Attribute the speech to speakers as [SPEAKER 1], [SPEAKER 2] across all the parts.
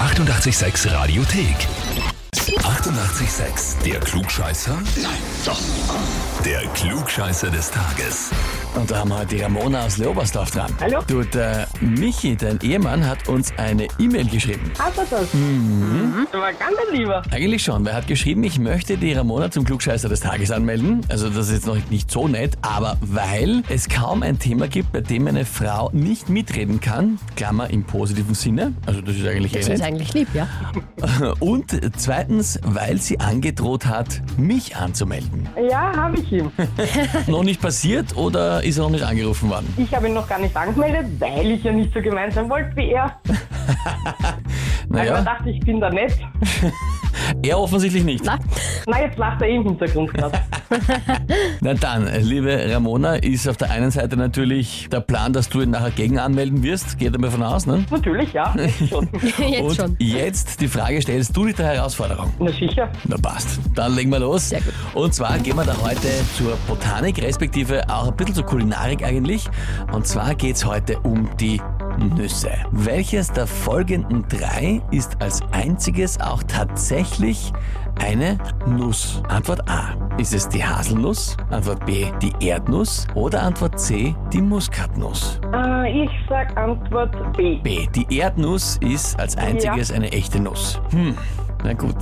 [SPEAKER 1] 886 Radiothek. 88,6. Der Klugscheißer? Nein, doch. Der Klugscheißer des Tages.
[SPEAKER 2] Und da haben wir heute die Ramona aus Leobersdorf dran.
[SPEAKER 3] Hallo?
[SPEAKER 2] Du, der Michi, dein Ehemann, hat uns eine E-Mail geschrieben.
[SPEAKER 3] Hat er das? Mhm. Das war ganz ein lieber.
[SPEAKER 2] Eigentlich schon, weil er hat geschrieben, ich möchte die Ramona zum Klugscheißer des Tages anmelden. Also das ist jetzt noch nicht so nett, aber weil es kaum ein Thema gibt, bei dem eine Frau nicht mitreden kann, Klammer im positiven Sinne, also das ist eigentlich
[SPEAKER 4] Das
[SPEAKER 2] eh
[SPEAKER 4] ist
[SPEAKER 2] nett.
[SPEAKER 4] eigentlich lieb, ja.
[SPEAKER 2] Und zweitens, weil sie angedroht hat, mich anzumelden.
[SPEAKER 3] Ja, habe ich ihn.
[SPEAKER 2] noch nicht passiert oder ist er noch nicht angerufen worden?
[SPEAKER 3] Ich habe ihn noch gar nicht angemeldet, weil ich ja nicht so gemein sein wollte wie er. Weil man
[SPEAKER 2] Naja,
[SPEAKER 3] dachte, ich bin da nett.
[SPEAKER 2] er offensichtlich nicht.
[SPEAKER 4] Na,
[SPEAKER 3] Na, jetzt lacht er eh im Hintergrund gerade.
[SPEAKER 2] Na dann, liebe Ramona, ist auf der einen Seite natürlich der Plan, dass du ihn nachher gegen anmelden wirst. Geht einmal von aus, ne?
[SPEAKER 3] Natürlich, ja. jetzt Schon.
[SPEAKER 4] jetzt
[SPEAKER 2] Und
[SPEAKER 4] schon.
[SPEAKER 2] jetzt die Frage, stellst du dich der Herausforderung?
[SPEAKER 3] Na sicher.
[SPEAKER 2] Na passt. Dann legen wir los.
[SPEAKER 4] Sehr gut.
[SPEAKER 2] Und zwar gehen wir da heute zur Botanik, respektive auch ein bisschen zur Kulinarik eigentlich. Und zwar geht's heute um die Nüsse. Welches der folgenden drei ist als einziges auch tatsächlich eine Nuss? Antwort A. Ist es die Haselnuss? Antwort B. Die Erdnuss? Oder Antwort C. Die Muskatnuss?
[SPEAKER 3] Äh, ich sag Antwort B.
[SPEAKER 2] B. Die Erdnuss ist als einziges eine echte Nuss. Hm, na gut.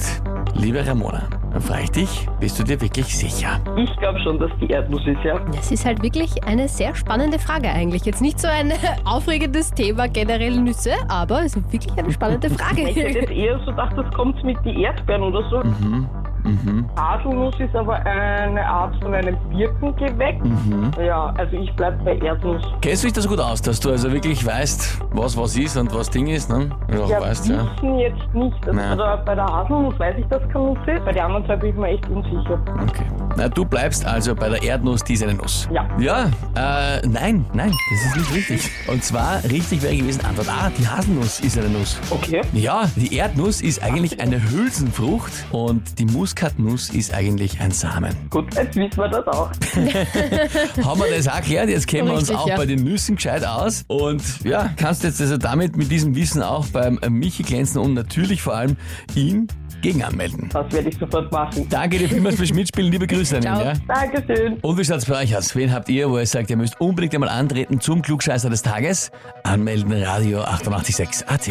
[SPEAKER 2] Liebe Ramona, dann frage ich dich, bist du dir wirklich sicher?
[SPEAKER 3] Ich glaube schon, dass die Erdnuss ist, ja.
[SPEAKER 4] Das ist halt wirklich eine sehr spannende Frage eigentlich. Jetzt nicht so ein aufregendes Thema generell Nüsse, aber es ist wirklich eine spannende
[SPEAKER 3] Ich hätte
[SPEAKER 4] Frage.
[SPEAKER 3] jetzt eher so gedacht, das kommt mit die Erdbeeren oder so.
[SPEAKER 2] Mhm, mhm,
[SPEAKER 3] Haselnuss ist aber eine Art von einem Birkengewächs.
[SPEAKER 2] mhm.
[SPEAKER 3] Ja, also ich bleib bei Erdnuss.
[SPEAKER 2] Kennst du dich das gut aus, dass du also wirklich weißt, was was ist und was Ding ist, ne? Und auch
[SPEAKER 3] Ja,
[SPEAKER 2] weißt, ja.
[SPEAKER 3] wissen jetzt nicht. Also
[SPEAKER 2] Nein.
[SPEAKER 3] also bei der Haselnuss weiß ich, dass Kanusse ist. Bei den anderen zwei bin ich mir echt unsicher.
[SPEAKER 2] Okay. Na, du bleibst also bei der Erdnuss, die ist eine Nuss.
[SPEAKER 3] Ja.
[SPEAKER 2] Ja, äh, nein, nein, das ist nicht richtig. Und zwar richtig wäre gewesen Antwort A, die Haselnuss ist eine Nuss.
[SPEAKER 3] Okay.
[SPEAKER 2] Ja, die Erdnuss ist eigentlich eine Hülsenfrucht und die Muskatnuss ist eigentlich ein Samen.
[SPEAKER 3] Gut, jetzt wissen wir das auch.
[SPEAKER 2] Haben wir das auch erklärt? Jetzt kennen wir uns
[SPEAKER 4] Richtig,
[SPEAKER 2] auch
[SPEAKER 4] ja.
[SPEAKER 2] bei den Nüssen gescheit aus. Und ja, kannst jetzt also damit mit diesem Wissen auch beim Michi glänzen und natürlich vor allem ihn gegen anmelden.
[SPEAKER 3] Das werde ich sofort machen.
[SPEAKER 2] Danke dir vielmals fürs Mitspielen. Liebe Grüße an ihn.
[SPEAKER 4] Ciao.
[SPEAKER 2] Ja?
[SPEAKER 3] Dankeschön.
[SPEAKER 2] Und wie schaut's bei euch aus? Wen habt ihr, wo ihr sagt, ihr müsst unbedingt einmal antreten zum Klugscheißer des Tages? Anmelden Radio 886 AT.